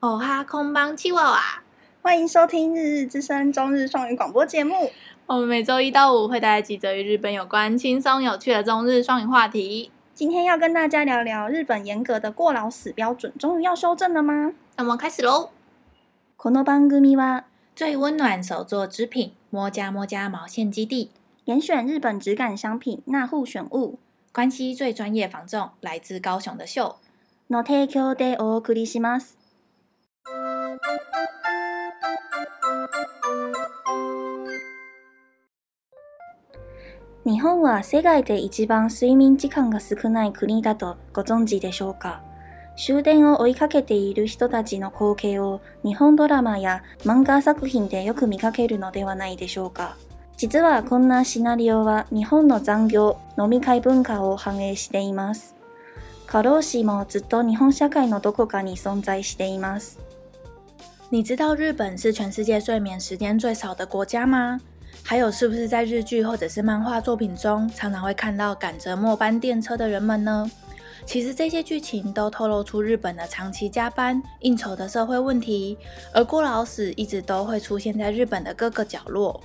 哦哈，空邦七娃娃。欢迎收听《日日之声》中日双语广播节目。我们每周一到五会带来几则与日本有关、轻松有趣的中日双语话题。今天要跟大家聊聊日本严格的过劳死标准终于要修正了吗？那么开始喽！この番組は最温暖手作织品——摸家摸家毛线基地，严选日本质感商品纳户选物关西最专业防重，来自高雄的秀。の提供でお送りします。日本は世界で一番睡眠時間が少ない国だとご存知でしょうか終電を追いかけている人たちの光景を日本ドラマや漫画作品でよく見かけるのではないでしょうか実はこんなシナリオは日本の残業、飲み会文化を反映しています。過労死もずっと日本社会のどこかに存在しています。你知道日本是全世界睡眠时间最少的国家吗？还有，是不是在日剧或者是漫画作品中，常常会看到赶着末班电车的人们呢？其实这些剧情都透露出日本的长期加班、应酬的社会问题，而过劳死一直都会出现在日本的各个角落。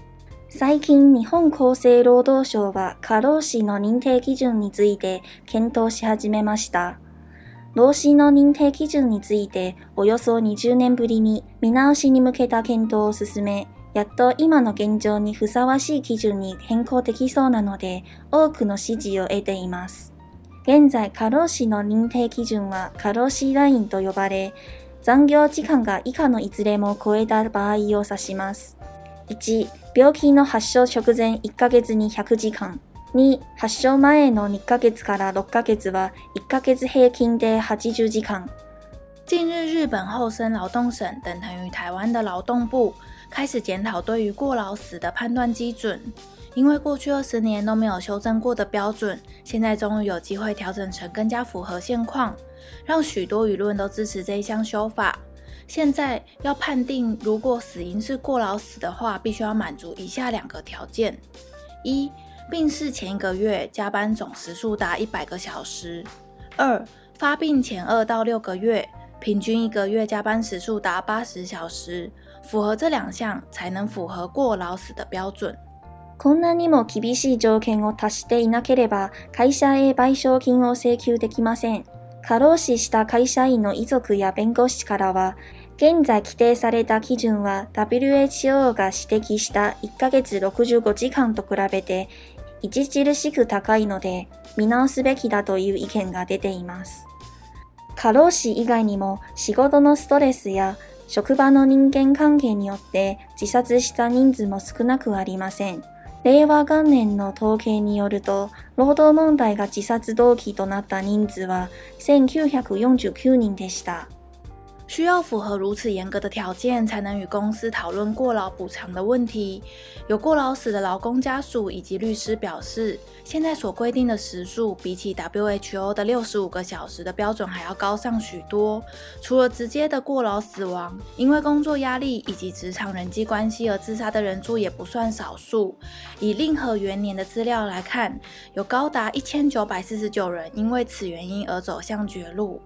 最近、日本厚生労働省は過労死の認定基準について検討し始めました。労死の認定基準について、およそ20年ぶりに見直しに向けた検討を進め、やっと今の現状にふさわしい基準に変更できそうなので、多くの支持を得ています。現在、過労死の認定基準は過労死ラインと呼ばれ、残業時間が以下のいずれも超えた場合を指します。1、病気の発症直前1ヶ月に100時間。2、発症前の2ヶ月から6ヶ月は1ヶ月平均で80時間。近日，日本厚生劳动省等同于台湾的劳动部开始检讨对于过劳死的判断基准，因为过去二十年都没有修正过的标准，现在终于有机会调整成更加符合现况，让许多舆论都支持这一项修法。现在要判定如果死因是过劳死的话，必须要满足以下两个条件：一、病逝前一个月加班总时数达一百个小时；二、发病前二到六个月，平均一个月加班时数达八十小时，符合这两项才能符合过劳死的标准。こんなにも厳しい条件を達していなければ、会社へ賠償金を請求できません。過労死した会社員の遺族や弁護士からは、現在規定された基準は WHO が指摘した1ヶ月65時間と比べて著しく高いので、見直すべきだという意見が出ています。過労死以外にも仕事のストレスや職場の人間関係によって自殺した人数も少なくありません。令和元年の統計によると、労働問題が自殺動機となった人数は1949人でした。需要符合如此严格的条件，才能与公司讨论过劳补偿的问题。有过劳死的劳工家属以及律师表示，现在所规定的时数比起 WHO 的六十五个小时的标准还要高上许多。除了直接的过劳死亡，因为工作压力以及职场人际关系而自杀的人数也不算少数。以令和元年的资料来看，有高达一千九百四十九人因为此原因而走向绝路。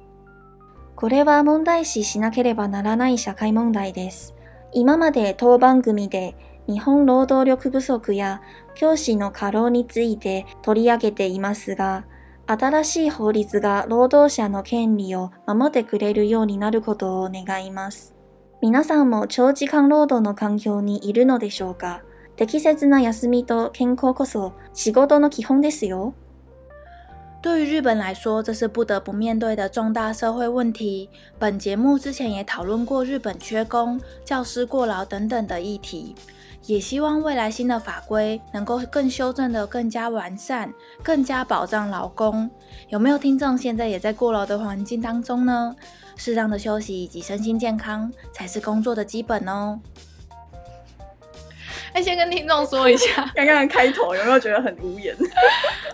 これは問題視しなければならない社会問題です。今まで当番組で日本労働力不足や教師の過労について取り上げていますが、新しい法律が労働者の権利を守ってくれるようになることを願います。皆さんも長時間労働の環境にいるのでしょうか適切な休みと健康こそ仕事の基本ですよ。对于日本来说，这是不得不面对的重大社会问题。本节目之前也讨论过日本缺工、教师过劳等等的议题，也希望未来新的法规能够更修正的更加完善，更加保障劳工。有没有听众现在也在过劳的环境当中呢？适当的休息以及身心健康才是工作的基本哦。那哎先跟听众说一下，刚刚的开头有没有觉得很无言？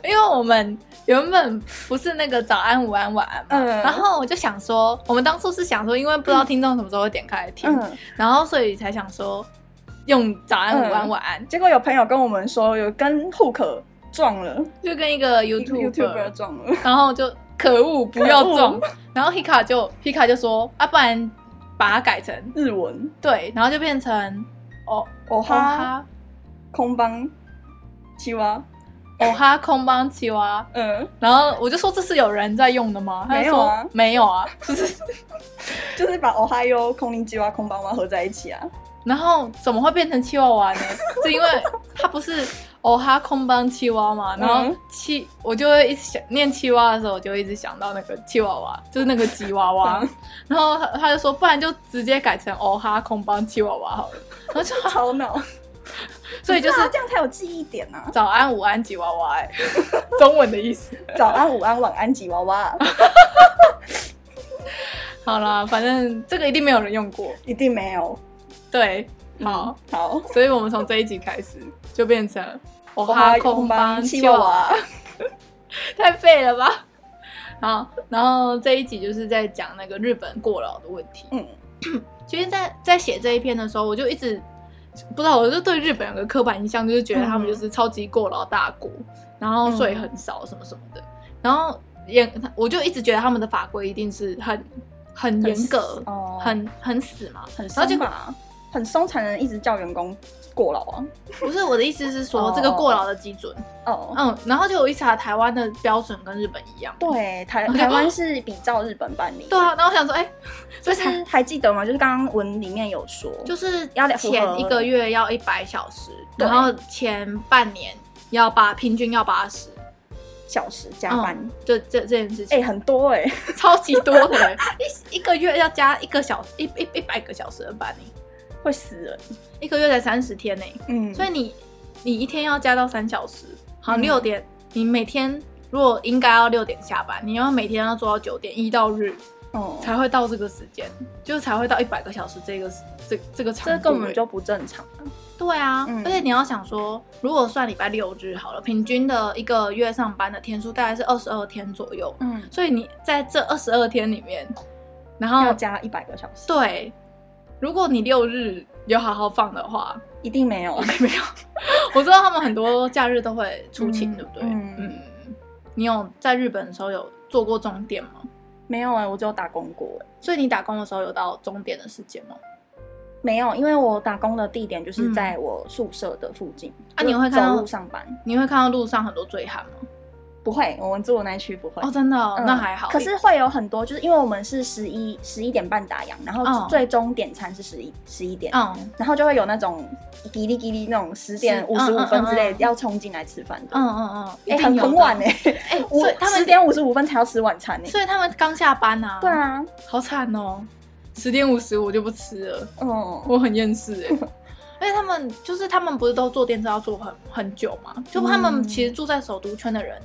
因为我们原本不是那个早安、午安、晚安嘛，嗯然后我就想说，我们当初是想说，因为不知道听众什么时候会点开来听，嗯，然后所以才想说用早安、嗯午安、晚安，结果有朋友跟我们说，有跟 Hook 撞了就跟一个 YouTuber YouTube，撞了，然后就可恶不要可恶中，然后 Hika 就 Hika 就说啊，不然把它改成日文对，然后就变成哦哦哦哈哈空邦七蛙，哦哈空邦奇娃。嗯，然后我就说这是有人在用的吗？他就说没有啊没有啊，就是。就是把哦哈哟空灵七蛙空邦蛙合在一起啊。然后怎么会变成七娃娃呢？ 是因为它不是哦哈空邦七娃嘛，然后嗯七、我就会一直想念七娃的时候，我就会一直想到那个七娃娃，就是那个吉娃 娃嗯。然后他他就说，不然就直接改成哦哈空邦七娃娃好了。然后就超 脑，所以就是 不啊这样才有记忆点啊！早安午安吉娃娃、 欸，中文的意 思。早安、午安、晚安，吉娃娃， 好啦，反正这个一定没有人用过。一定没有。对，好。好，所以我们从这一集开始就变成我我哦哈空邦七七娃娃，娃，太废了吧？好，然后这一集就是在讲那个日本过劳的问题。嗯，其实在，在写这一篇的时候，我就一直不知道，我就对日本有个刻板印象，就是觉得他们就是超级过劳大国，然后税很少什么什么的，然后严，我就一直觉得他们的法规一定是很很严格，哦很很死嘛。很然后结松果嘛，很松才能一直叫员工过劳啊。不是我的意思是说哦这个过劳的 基准，哦，嗯，然后就我一查台湾的标准跟日本一样。对，台 我就台湾是比照日本办理的。对啊，然后我想说，哎、就就是是还记得吗？就是刚刚文里面有说，就是要符合前一个月要一百小时，对然后前半年要八，平均要八十，小时加班，就这这件事哎、情，很多哎、超级多的欸， 一一个月要加一个小一一一百个小时的班欸呢，会死人。一个月才三十天呢，嗯，所以你你一天要加到三小时，好嗯六点，你每天。如果应该要六点下班，你要每天要做到九点，一到日哦、才会到这个时间，就才会到一百个小时这个这这个长这度根本欸就不正常啊。对啊，嗯而且你要想说，如果算礼拜六日好了，平均的一个月上班的天数大概是二十二天左右，嗯，所以你在这二十二天里面，然要后加一百个小时，对，如果你六日有好好放的话，一定没有啊。没有，我知道他们很多假日都会出勤，嗯对不对？嗯嗯，你有在日本的时候有做过钟点吗？没有哎、我只有打工过哎、所以你打工的时候有到钟点的时间吗？没有，因为我打工的地点就是在我宿舍的附近。嗯啊你会就是看到走路上班？你会看到路上很多醉汉吗？不会，我们住的那一区不会。哦，真的哦、嗯那还好。可是会有很多，就是因为我们是十一十一点半打烊，然后嗯最终点餐是十一十一点，嗯然后就会有那种叽哩叽哩那种十点是五十五嗯嗯分之类嗯嗯要冲进来吃饭的。嗯嗯嗯，一哎、定很有的很晚 哎、哎、我所以他十们，点五十五分才要吃晚餐呢、所以他们刚下班啊，对，啊，好惨哦，十点五十我就不吃了，嗯，我很厌世哎、 而且他们就是他们不是都坐电车要坐很很久嘛，就他们嗯其实住在首都圈的人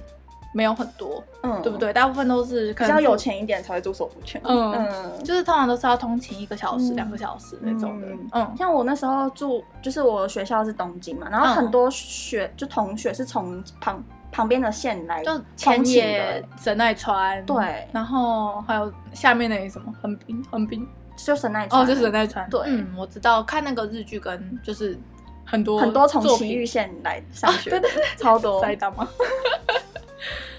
没有很多，嗯对不？对？大部分都是可比较能住有，钱一点才会住首付圈。嗯嗯，就是通常都是要通勤一个小时、嗯两、个小时那种的嗯，嗯像我那时候住，就是我学校是东京嘛，然后嗯很多学、就同学是从旁旁边的县来就通前勤的野，神奈川，对然后还有下面那个什么横滨，横滨就神奈川哦，就是神奈川，对嗯，我知道，看那个日剧跟就是很多很多从作崎品玉县来上学的，啊对对对，超多。塞当吗？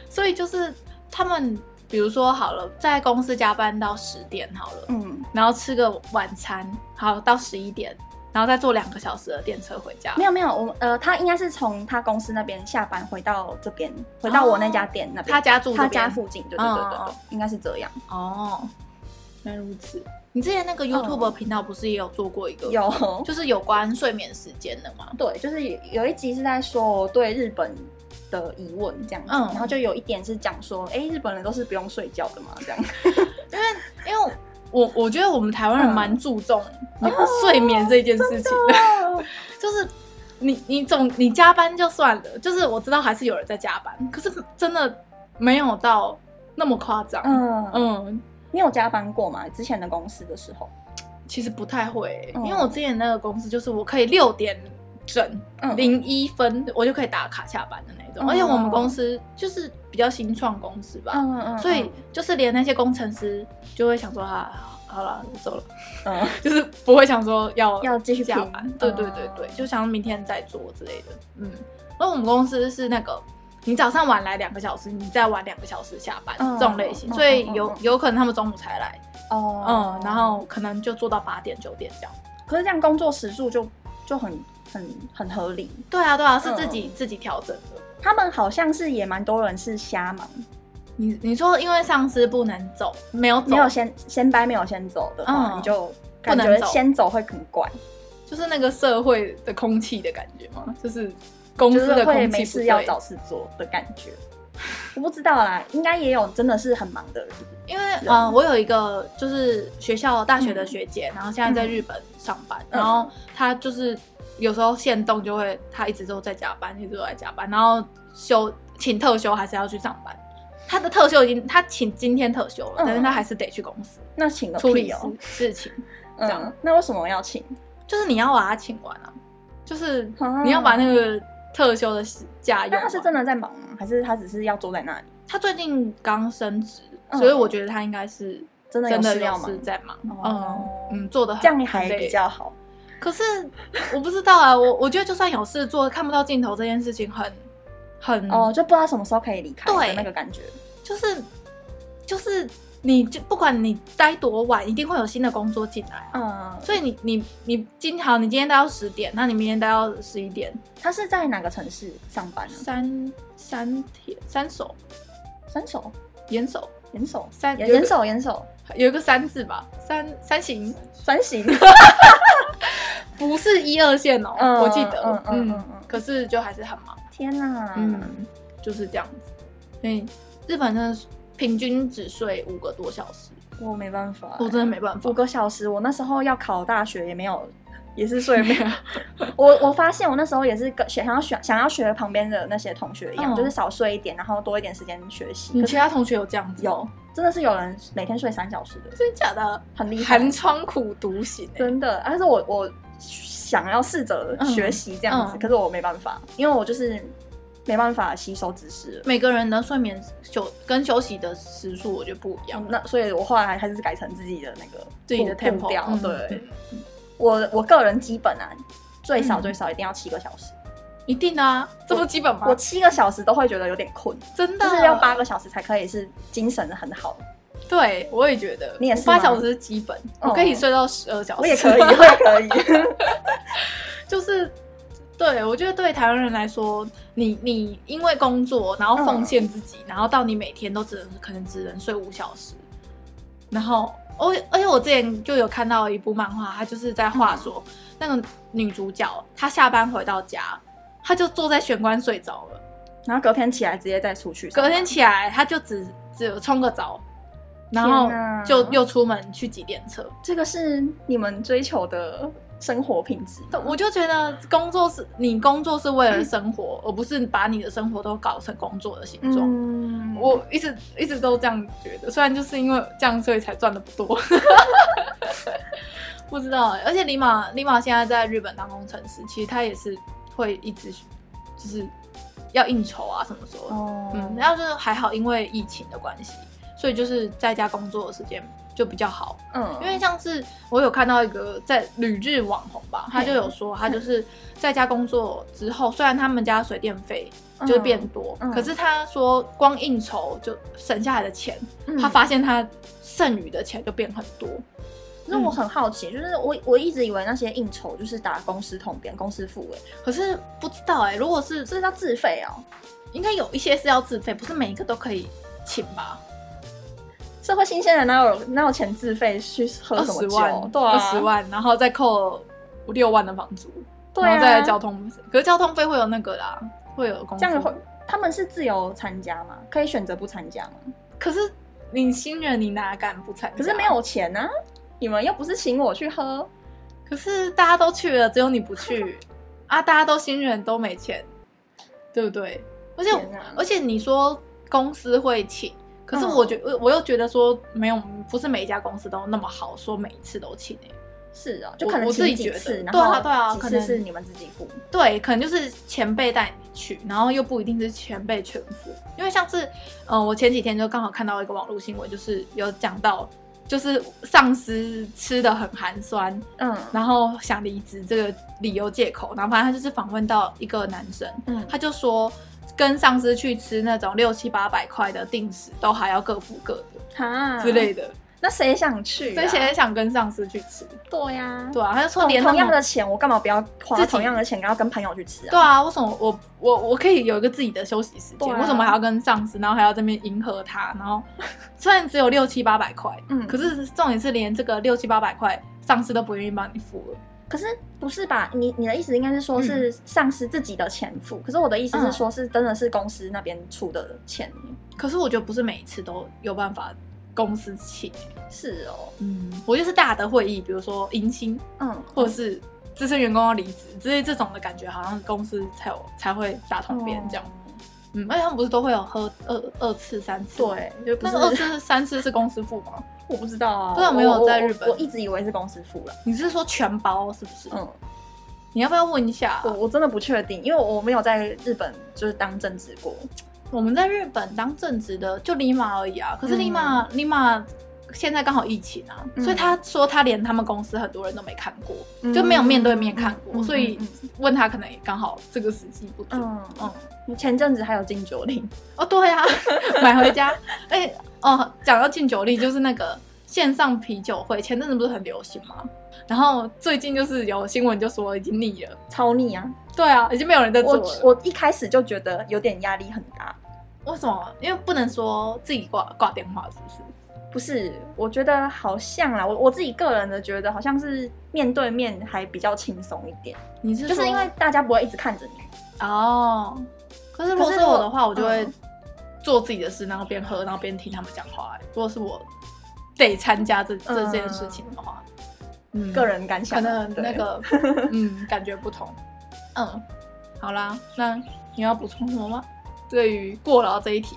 所以就是他们，比如说好了，在公司加班到十点好了，嗯，然后吃个晚餐，好到十一点，然后再坐两个小时的电车回家。没有没有，我呃，他应该是从他公司那边下班回到这边，回到我那家店那边，哦他家住这他边家附近，对对对对嗯嗯对嗯，应该是这样。哦，原来如此。你之前那个 YouTube 频道不是也有做过一个，有，就是有关睡眠时间的吗？对，就是有有一集是在说我对日本的疑问这样子，嗯然后就有一点是讲说，哎、日本人都是不用睡觉的嘛，这样。因为我我觉得我们台湾人嗯哦蛮注重睡眠这件事情的。 就是你你总你加班就算了，就是我知道还是有人在加班，可是真的没有到那么夸张。嗯嗯嗯，你有加班过吗？之前的公司的时候，其实不太会欸、嗯因为我之前那个公司就是我可以六点整嗯零一分我就可以打卡下班的那种，哦而且我们公司就是比较新创公司吧，嗯嗯，所以就是连那些工程师就会想说啊，好了，我走了，嗯 就是不会想说要要继续拼嗯加班，对对对对，就想明天再做之类的。嗯，而我们公司是那个，你早上晚来两个小时，你再晚两个小时下班、嗯这种类型，嗯所以嗯有、嗯有可能他们中午才来，哦嗯，然后可能就做到八点九点这样。可是这样工作时数就就很很很合理。对啊，对啊，是自己、自己调整的。他们好像是也蛮多人是瞎忙，你你说，因为上司不能走，没有走，没有先先掰没有先走的话，嗯你就不感能觉走先走会很怪，就是那个社会的空气的感觉嘛，就是公就司是的空会气没不事对要找事做的感觉。 我不知道啦，应该也有真的是很忙的人。因为嗯、呃我有一个就是学校大学的学姐，然后现在在日本上班，嗯然后她就是有时候限动就会，她一直都在加班，一直都在加班，然后休请特休还是要去上班。她的特休已经，她请今天特休了，嗯但是她还是得去公司那请个处理屁哦、事事情，这样嗯，那为什么要请？就是你要把她请完啊，就是啊你要把那个特休的假用那完。他是真的在忙吗？还是他只是要坐在那里？她最近刚升职，嗯所以我觉得她应该是真的有真的事要有忙事在忙，哦嗯嗯，做的这样还比较好。可是我不知道啊，我我觉得就算有事做，看不到镜头这件事情很很哦，就不知道什么时候可以离开的嗯对那个感觉。就是就是你就不管你待多晚，一定会有新的工作进来。啊嗯，所以你你你今好，你今天待到十点，那你明天待到十一点，他是在哪个城市上班呢？三三铁三手三手、严手严守、三严有一严个守、严守、有一个三字吧，三三行三行。不是一二线哦，嗯 我记得，嗯嗯嗯嗯嗯可是就还是很忙，天哪！嗯，就是这样子。所以日本真的是平均只睡五个多小时，我没办法，哦欸我真的没办法五。个小时。我那时候要考大学也没有，也是睡眠。 我我发现我那时候也是跟想要学想要学旁边的那些同学一样，嗯就是少睡一点，然后多一点时间学习。你可其是他同学有这样子？有，真的是有人每天睡三小时的，真的假的？很厉害寒。窗苦读型、欸，真的，但是我我想要试着嗯学习这样子，嗯可是我没办法，因为我就是没办法吸收知识了。每个人的睡眠休跟休息的时数我觉得不一样。那所以，我后来还是改成自己的那个自己的步步 tempo，调。嗯对嗯，我我个人基本啊，最少嗯最少一定要七个小时。一定啊，这么基本吗？我七个小时都会觉得有点困，真的啊哦就是要八个小时才可以是精神很好。对，我也觉得，你也是吗八小时是基本，哦我可以睡到十二小时，我也可以，我也可以。就是对我觉得对台湾人来说，你你因为工作，然后奉献自己，然后到你每天都只能可能只能睡五小时，然后我而且我之前就有看到一部漫画，它就是在画说、那个女主角她下班回到家，她就坐在玄关睡着了，然后隔天起来直接再出去上隔班。天起来她就只只有冲个澡，然后天哪就又出门去挤电车。这个是你们追求的生活品质吗。我就觉得工作是你工作是为了生活，而不是把你的生活都搞成工作的形状。嗯，我我一直一直都这样觉得，虽然就是因为这样，所以才赚的不多。 不知道欸，而且李马李马现在在日本当工程师，其实他也是会一直就是要应酬啊什么时候的。哦，嗯，然后就是还好，因为疫情的关系，所以就是在家工作的时间就比较好。嗯因为像是我有看到一个在旅日网红吧，他就有说他就是在家工作之后，虽然他们家水电费就变多，嗯嗯可是他说光应酬就省下来的钱，嗯他发现他剩余的钱就变很多。可是我嗯很好奇，就是我我一直以为那些应酬就是打公司统编、公司付委，可是不知道哎、如果是这是要自费哦。应该有一些是要自费，不是每一个都可以请吧？社会新鲜人哪有哪有钱自费去喝二什么十酒？万，对啊，二十，万，然后再扣五六万的房租，对然啊，后再来交通，可是交通费会有那个啦，会有工这样资会他们是自由参加吗？可以选择不参加吗？可是你新人你哪敢不参加？可是没，有钱啊，你们又不是请我去喝，可是大家都去了，只有你不 去啊！大家都新人都没钱，对不对？而且天哪而且你说公司会请，可是我觉我、我又觉得说没有，不是每一家公司都那么好，说每一次都请、欸、是啊，就我可能我自己请几觉得次，然对啊后对啊几可次能是你们自己付，对，可能就是前辈带你去，然后又不一定是前辈全付，因为像是，嗯、我前几天就刚好看到一个网络新闻，就是有讲到，就是上司吃的很寒酸，嗯然后想离职这个理由借口，然后反正他就是访问到一个男生，嗯他就说跟上司去吃那种六七八百块的定时，都还要各付各的哈之类的。那谁想去、啊？之前也想跟上司去吃，对呀、对啊，他就说同连那同样么的钱，我干嘛不要花自己同样的钱，然后跟朋友去吃啊？对啊，为什么我我我可以有一个自己的休息时间？对啊为什么还要跟上司，然后还要这边迎合他？ 然后虽然只有六七八百块，嗯可是重点是连这个六七八百块，上司都不愿意帮你付了。可是不是吧？你你的意思应该是说是上司自己的钱付，可是我的意思是说是真的是公司那边出的钱，可是我觉得不是每一次都有办法公司请，是哦，嗯，我就是大的会议，比如说迎新嗯，或者是资深员工要离职之类这种的感觉，好像公司才有才会打哦统编这样。嗯，而且他们不是都会有喝二二次、三次？，对，就不那是个二次、三次是公司付吗？我不知道啊，对啊没有我在日本我我我一直以为是公司付了，你是说全包是不是？嗯，你要不要问一下？我我真的不确定，因为嗯我没有在日本就是当正职过，我们在日本当正职的就 Lima 而已啊，可是嗯 Lima、Lima 现在刚好疫情啊，嗯所以他说他连他们公司很多人都没看过，嗯就没有面对面看过，嗯所以嗯问他可能也刚好这个时机不准。嗯嗯嗯，前阵子还有禁酒令，哦，对啊， 买回家。 哎、哦，讲到禁酒令，就是那个线上啤酒会，前阵子不是很流行吗？然后最近就是有新闻就说已经腻了，超腻啊！对啊，已经没有人在我做了。我一开始就觉得有点压力很大，为什么？因为不能说自己挂挂电话，是不是？不是，我觉得好像啦，我我自己个人的觉得好像是面对面还比较轻松一点，你是就是因为大家不会一直看着你，哦，可是如果可是是如果我的话，我就会嗯做自己的事，然后边喝，然后边听他们讲话、哎如果是我得参加这这嗯件事情的话，嗯，个人感想啊可能对那个 嗯感觉不同。嗯，好啦，那你要补充什么吗？对于过劳这一题，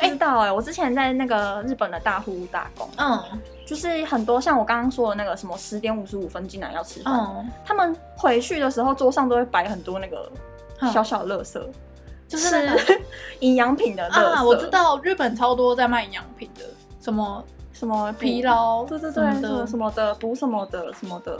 不知道哎、我之前在那个日本的大户打工，嗯就是很多像我刚刚说的那个什么十点五十五分进来要吃饭，嗯，他们回去的时候桌上都会摆很多那个嗯小小垃圾，就是那个 营养品的垃圾啊，我知道日本超多在卖营养品的，什么什么疲劳，哦对对对，什什么么的什么的补什么的什么的。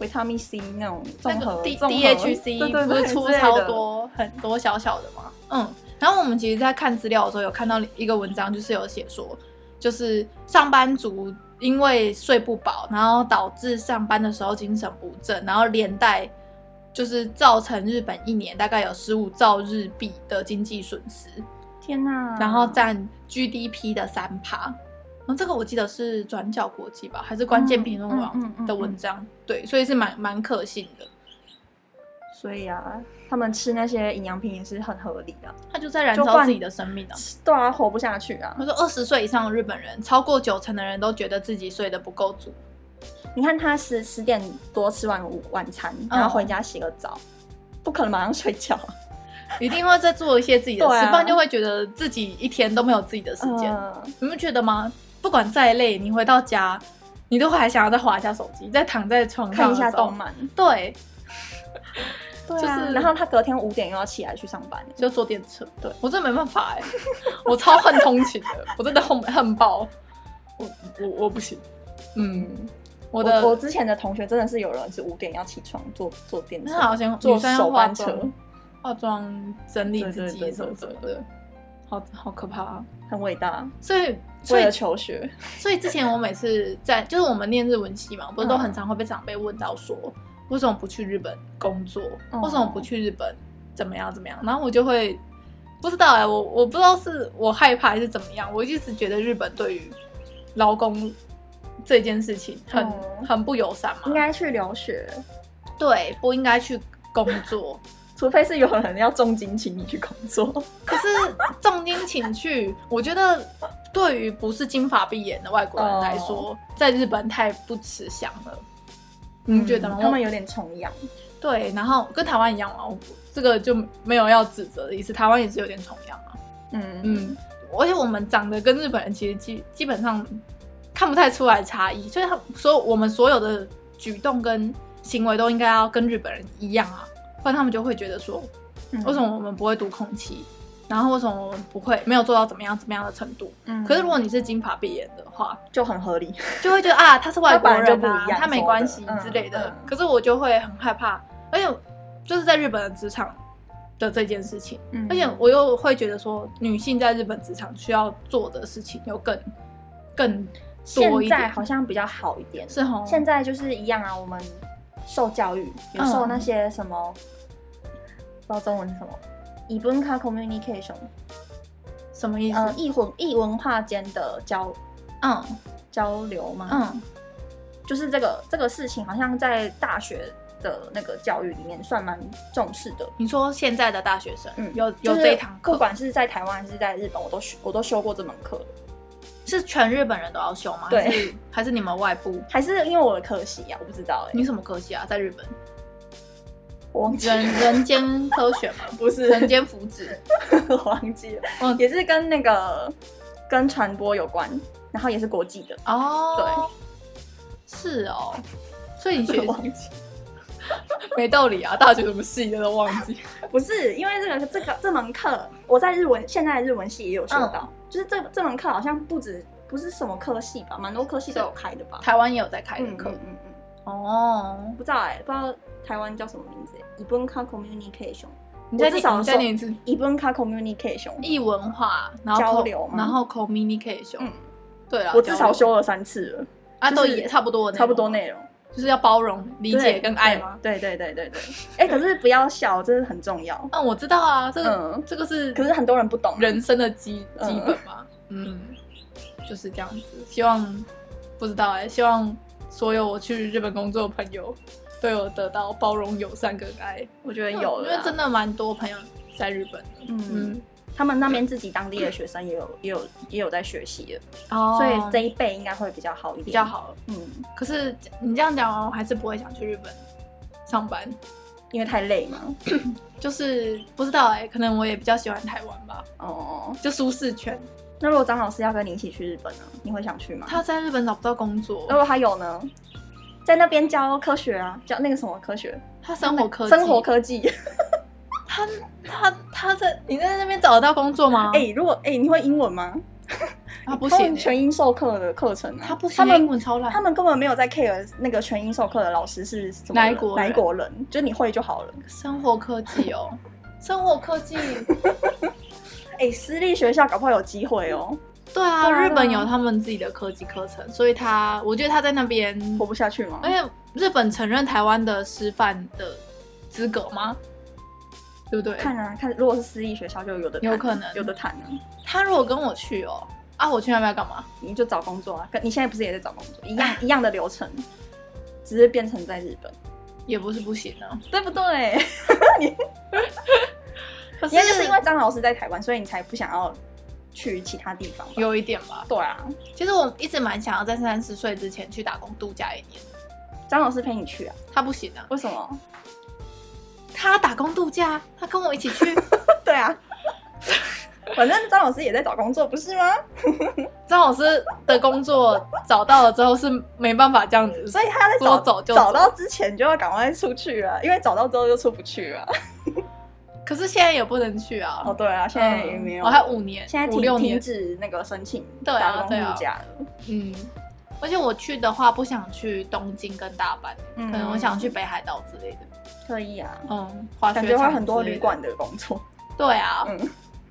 维他命 C 那种那综合个 D 综合 DHC 对对不对是出之类的超多很多小小的吗？嗯，然后我们其实，在看资料的时候，有看到一个文章，就是有写说，就是上班族因为睡不饱，然后导致上班的时候精神不振，然后连带就是造成日本一年大概有十五兆日币的经济损失，天哪！嗯然后占 GDP 的三趴。然后这个我记得是转角国际吧，还是关键评论嗯嗯嗯网嗯的文章？对，所以是蛮蛮可信的。所以啊，他们吃那些营养品也是很合理的、他就在燃就烧换自己的生命啊。对啊，活不下去啊他！说，二十岁以上的日本人，超过九成的人都觉得自己睡得不够足。你看他十十点多吃完午晚餐，嗯然后回家洗个澡，不可能马上睡觉啊。一定会再做一些自己的对事，啊不然就会觉得自己一天都没有自己的时间。嗯你们觉得吗？不管再累，你回到家，你都还想要再滑一下手机，再躺在床看上一的时候下动。漫，对， 对啊就是然后他隔天五点又要起来去上班，欸就坐电车。对我真的没办法哎、我超恨通勤的，我真的恨恨爆。我我我不行。嗯，我我的我之前的同学真的是有人是五点要起床坐坐电那好车，像坐女生要手化班妆 车，化妆整理自己对对对什么什么对的，好好可怕、啊。很伟大，所以，所为以了，求学。所以之前我每次在，就是我们念日文系嘛，不是都很常会被长辈问到说，为什么不去日本工作？嗯为什么不去日本？怎么样？怎么样？然后我就会不知道哎、我我不知道是我害怕还是怎么样，我一直觉得日本对于劳工这件事情很、嗯很不友善嘛，应该去留学，对不应该去工作。除非是有人要重金请你去工作。 可是重金请去，我觉得对于不是金发碧眼的外国人来说，哦在日本太不吃香了。你觉得吗？嗯他们有点崇洋，对，然后跟台湾一样嘛，我这个就没有要指责的意思。台湾也是有点崇洋啊，嗯嗯，而且我们长得跟日本人其实基基本上看不太出来差异，所以他所以我们所有的举动跟行为都应该要跟日本人一样啊，不然他们就会觉得说嗯为什？么我们不会读空气？然后为什么我们不会没有做到怎么样怎么样的程度？嗯可是如果你是金发碧眼的话，就很合理，就会觉得啊，他是外国人、啊，他本来就不一样他没关系什么的之类的。嗯嗯可是我就会很害怕，而且就是在日本的职场的这件事情，嗯而且我又会觉得说，女性在日本职场需要做的事情又更更现多一点在好像比较好一点，是哦，现在就是一样啊，我们受教育，有受那些什么，不知道中文是什么，以文化 communication，什么意思？呃，异文异文化间的交嗯交流嘛，，嗯，就是这个这个事情，好像在大学的那个教育里面算蛮重视的。你说现在的大学生、嗯有就有是这一堂课，不管是在台湾还是在日本，我都学我都修过这门课，是全日本人都要修吗？对还啊是还是你们外部？还是因为我的科系啊，我不知道哎、你什么科系啊？在日本，我忘记了， 人人间科学吗？不是人间福祉，我忘记了，哦也是跟那个跟传播有关，然后也是国际的，哦，对，是哦，所以你 学我忘记没道理啊，大学什么系的都忘记。不是因为这个这个这门课，我在日文现在的日文系也有修到，嗯就是这这门课好像不止不是什么科系吧，蛮多科系都有开的吧，台湾也有在开嗯的嗯课、嗯嗯，哦。不知道哎、不知道台湾叫什么名字、欸，以文化 communication，你再我至念少你再受念一次，以文化 communication，异文化，然后交 co- 流吗然后 communication，、嗯对啊，我至交少流修了三次了，啊，就都是也差不多的，差不多，内容。就是要包容、理解对跟爱吗？？对对对对对。哎、可是不要笑，这是很重要。嗯，我知道啊，这个、嗯，这个是可是很多人不懂啊人生的基嗯基本嘛，嗯，就是这样子。希望不知道哎、希望所有我去日本工作的朋友对我得到包容、友善跟爱。我觉得有因了啦，为真的蛮多朋友在日本的，嗯，嗯，他们那边自己当地的学生也有也有也有在学习的，哦所以这一辈应该会比较好一点。比较，好。嗯，可是你这样讲完，我还是不会想去日本上班。因为太累嘛。就是不知道哎、可能我也比较喜欢台湾吧，哦，就舒适圈。那如果张老师要跟你一起去日本呢，你会想去吗？他在日本找不到工作如，果他有呢，在那边教科学啊，教那个什么科学，他生活科技哦生活，科技。他他在你在那边找得到工作吗？哎、如果哎、你会英文吗？他不他们行、欸，全英授课的课程啊，他不行、他欸，英们文超烂他。们根本没有在 care 那个全英授课的老师是什么哪一人国哪一人国人，就你会就好了。生活科技哦， 生活科技，哎、私立学校搞不好有机会哦，对啊，对啊日本有他们自己的科技课程，所以他我觉得他在那边，活不下去吗而？且日本承认台湾的师范的资格吗？对不对？看啊看，如果是私立学校就有的谈啊有可能有的谈啊，他如果跟我去哦，啊，我去那边要干嘛？你就找工作啊，跟你现在不是也在找工作一样一样的流程，只是变成在日本，也不是不行啊。对不对？可是因为就是因为张老师在台湾，所以你才不想要去其他地方吧？有一点吧。对啊，其实我一直蛮想要在三十岁之前去打工度假一年，张老师陪你去啊？他不行啊，为什么？他打工度假，他跟我一起去。 对啊，反正张老师也在找工作，不是吗？张老师的工作找到了之后是没办法这样子，所以他在说找走就找到之前就要赶快出去了，因为找到之后就出不去了。可是现在也不能去啊。哦，对啊，现在也没有，我还五年，现在五停六停年，止那个申请对啊打工对啊度假了。嗯。而且我去的话，不想去东京跟大阪，嗯可能我想去北海道之类的，可以啊，嗯，滑雪感场觉会很多之类旅的馆的工作。对啊，嗯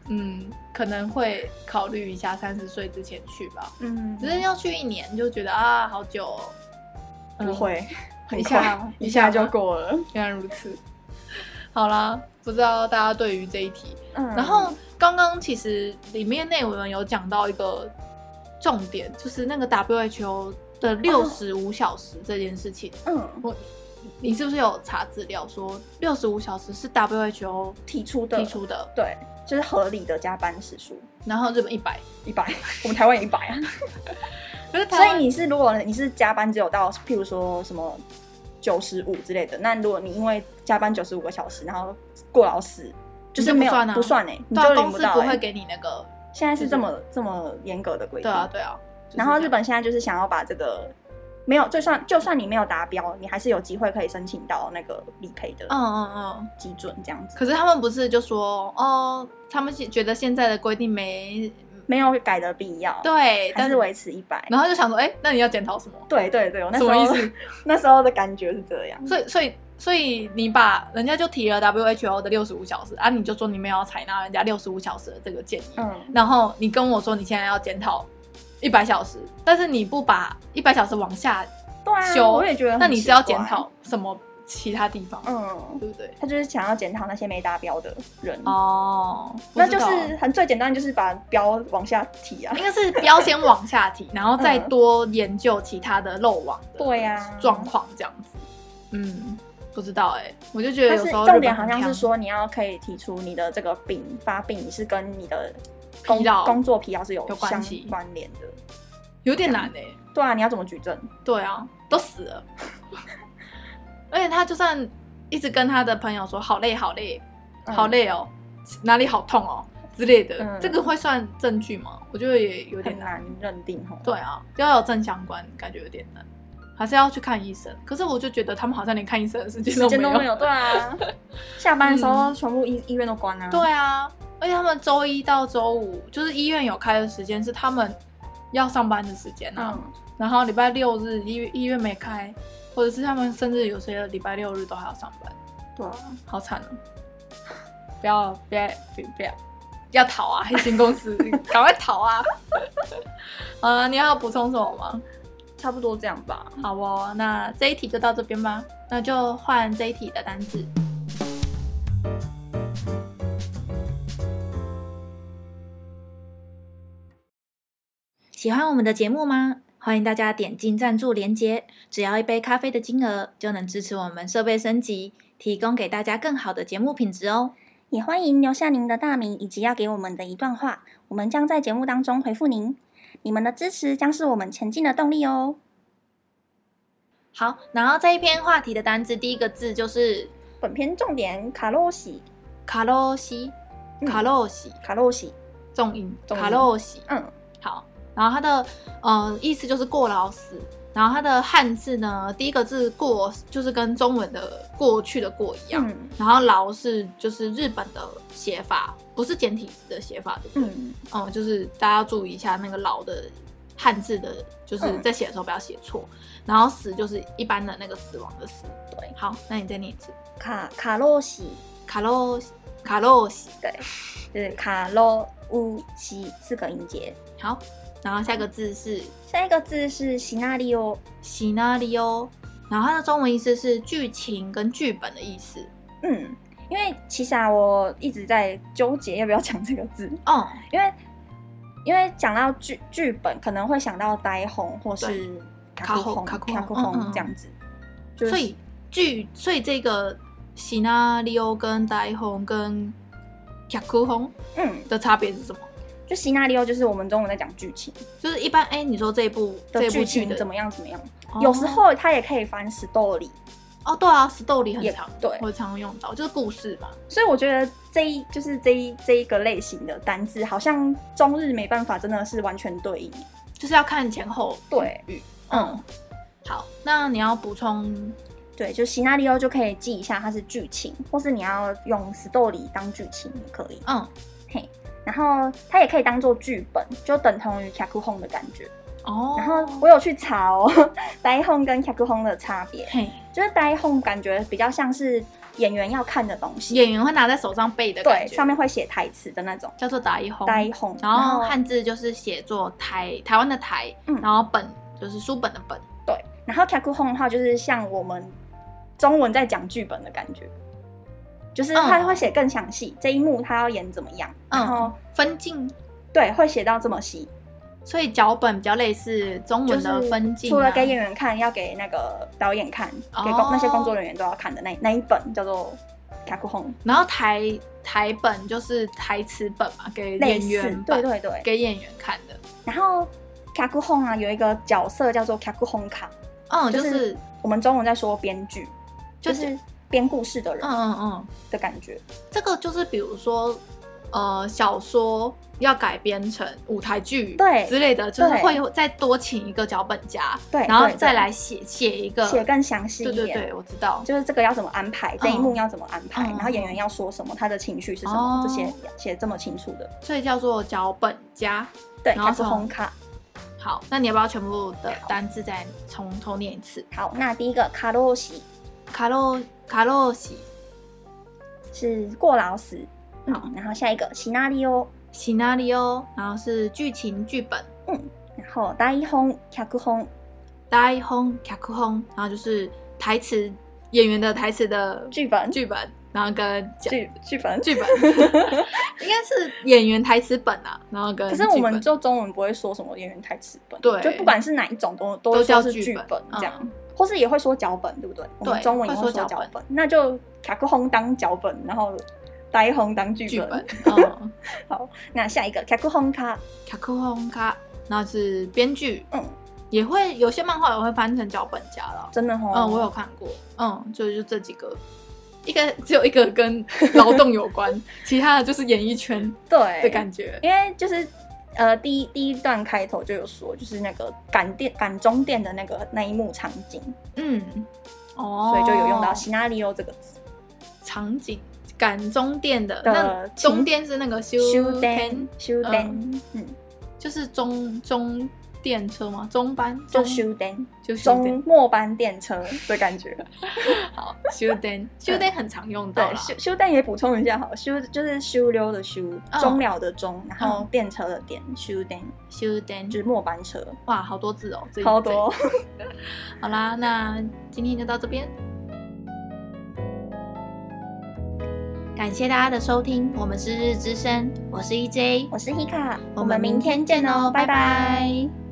嗯可能会考虑一下三十岁之前去吧。嗯只是要去一年就觉得啊，好久、哦。嗯不，会，很一快下一一下下就吗过了。嗯原来如此。好啦，不知道大家对于这一题，嗯，然后刚刚其实里面内文有讲到一个重点，就是那个 WHO 哦的六十五小时这件事情，嗯我你是不是有查资料说六十五小时是 WHO 提出的提出的，对，就是合理的加班时数然后日本一百，一百，我们台湾也一百 啊。可是所台以湾你是如果你是加班只有到，譬如说什么九十五之类的，那如果你因为加班九十五个小时，然后过劳死，就是没有你就不算啊不算哎、你对就啊领公不司到、不欸。会给你那个，现在是就是这么这么严格的规定。对啊对啊。就嗯是然后这样日本现在就是想要把这个没有，就算就算你没有达标，你还是有机会可以申请到那个理赔的嗯嗯嗯，基准这样子，可是他们不是就说哦，他们现觉得现在的规定没嗯没有改的必要。，对，啊还但是维持一百。然后就想说，哎、那你要检讨什么？对对对，我那什时么意候思？ 那时候的感觉是这样。所以所以所以你把人家就提了 WHO 的六十五小时啊，你就说你没有要采纳人家六十五小时的这个建议，嗯，然后你跟我说你现在要检讨一百小时，但是你不把一百小时往下对啊，修，我也觉得。那你是要检，讨什么其他地方，嗯，对不对？他就是想要检讨那些没达标的人。哦，嗯那就是很最简单，就是把标往下提啊。应该是标先往下提，然后再嗯多研究其他的漏网的对呀状况这样子。嗯，不知道哎、我就觉得但有是时候重日点本好很像强是说你要可以提出你的这个病发病是跟你的工疲劳工作疲劳是有有相关系关联的。有点难哎、对啊，你要怎么举证？对啊，都死 了，而且他就算一直跟他的朋友说好累好累嗯好累哦，哪里好痛哦之类的，嗯这个会算证据吗？我觉得也有点很难。难认定哦。对啊，要有正相关，感觉有点难，还是要去看医生。可是我就觉得他们好像连看医生的时间时间都都没没有，对 啊。下班的时候，全部医医院都关啊。嗯对啊，而且他们周一到周五就是医院有开的时间是他们要上班的时间啊，嗯，然后礼拜六日医医院没开，或者是他们甚至有些礼拜六日都还要上班，对啊，好惨哦！ 不要不要不要不要要逃啊！黑心 公司，赶快逃啊！ 啊，你还要补充什么吗？差不多这样吧。好哦，那这一题就到这边吧，那就换这一题的单字。喜欢我们的节目吗？欢迎大家点进赞助连接，只要一杯咖啡的金额，就能支持我们设备升级，提供给大家更好的节目品质哦。也欢迎留下您的大名以及要给我们的一段话，我们将在节目当中回复您。你们的支持将是我们前进的动力哦。好，然后这一篇话题的单字第一个字就是本片重点卡洛西，卡洛西，嗯卡洛西，卡洛西，重音，重音卡洛西。嗯，好，然后它的呃意思就是过劳死，然后它的汉字呢，第一个字过就是跟中文的过去的过一样，嗯然后劳是就是日本的写法，不是简体字的写法，对不对？嗯，嗯就是大家要注意一下那个劳的汉字的，就是嗯在写的时候不要写错，然后死就是一般的那个死亡的死。对，好，那你再念一次，卡卡洛西，卡洛卡洛西。就是卡洛乌西四个音节。好，然后下个字是下一个字是西纳利欧，喜纳利欧，然后它的中文意思是剧情跟剧本的意思。嗯，因为其实啊，我一直在纠结要不要讲这个字，哦，因为因为讲到剧剧本，可能会想到呆红或是卡库红、卡卡库红库嗯嗯红嗯这样子，就是所以剧，所以这个喜纳利欧跟呆红跟卡库红嗯，的差别是什么？就西纳利欧就是我们中文在讲剧情就是一般哎、你说这一部这的一部剧剧情的怎么样怎么样，哦有时候它也可以翻 story，哦，对啊，story 也很长，对我常用到，就是故事嘛。所以我觉得这一就是这一这一个类型的单字，好像中日没办法真的是完全对应，就是要看前后对语。嗯。好，那你要补充对，就西纳利欧就可以记一下它是剧情，或是你要用 story 当剧情也可以。嗯然后它也可以当做剧本，就等同于 kaku home 的感觉。哦，然后我有去查哦，dai home 跟 kaku home 的差别，嘿，就是 dai home 感觉比较像是演员要看的东西，演员会拿在手上背的感对，觉，哦上面会写台词的那种叫做打一红。 dai home。然后汉字就是写作台台湾的台，嗯然后本就是书本的本。对，然后 kaku home 的话就是像我们中文在讲剧本的感觉，就是他嗯会写更详细，这一幕他要演怎么样，然后嗯，分镜，对，会写到这么细。所以脚本比较类似中就文的是分镜啊、除了给演员看，要给那个导演看，给工、哦那些工作人员都要看的那那一本叫做《卡库红然后台台本就是台词本嘛，给》，类演似员，对本对对。给演员看的。然后《卡库红》啊，有一个角色叫做卡库红卡，嗯，就就是是我们中文在说编剧，就就是是编故事的嗯人嗯嗯，的感觉。这个就是比如说。呃，小说要改编成舞台剧，对之类的，就是对会有再多请一个脚本家，对，然后对再来写写一个对，写更详细一对点。对对，我知道，就是这个要怎么安排，这一幕要怎么安排，嗯然后演员要说什么，他的情绪是什哦么，这些写这么清楚的。所以叫做脚本家。对，然后卡库红卡。好，那你要不要全部的单字再从头念一次？好，那第一个卡洛西卡洛卡洛西是过劳死，嗯，然后下一个西纳利欧，西纳利欧，然后是剧情剧本，然好，台本、脚本、台本、脚本，然后就是台词演员的台词的剧本、剧本，然后跟讲剧剧本。剧本， 应该是演员台词本啊，然后跟可是我们剧就中文不会说什么演员台词本，对就不管是哪一种都都都会叫说是剧剧本本这样嗯，或是也会说脚本，对不对？我们对中文也会会说说脚脚本本，那就卡克轰当脚本，然后呆轰当剧本剧本本。，嗯，那下一个卡克轰卡，脚本卡，然后是编剧，嗯，也会有些漫画也会翻成脚本家了，真的哦，嗯，我有看过，嗯，就就这几个。一个只有一个跟劳动有 关，其他的就是演艺圈的对，感觉。因为就是。呃，第一第一段开头就有说，就是那个赶店赶中店的那个那一幕场景，嗯，哦，所以就有用到“西纳里欧”这个词。场景赶中电的，的那情中电是那个修修电灯，，修灯，嗯，就是中中电车吗？中班就中修灯，就修中末班电车的感 觉。好修电修电很常用到对，啦。修修蛋也补充一下好了，修就是修溜的修，嗯中了的中，然后嗯电车的电，修电修电就是末班车，哇，好多字哦，这一超多。这一好啦，那今天就到这边，感谢大家的收听，我们是日之声，我是 E EJ，我是 Hika，哦哦我们明天见哦，拜拜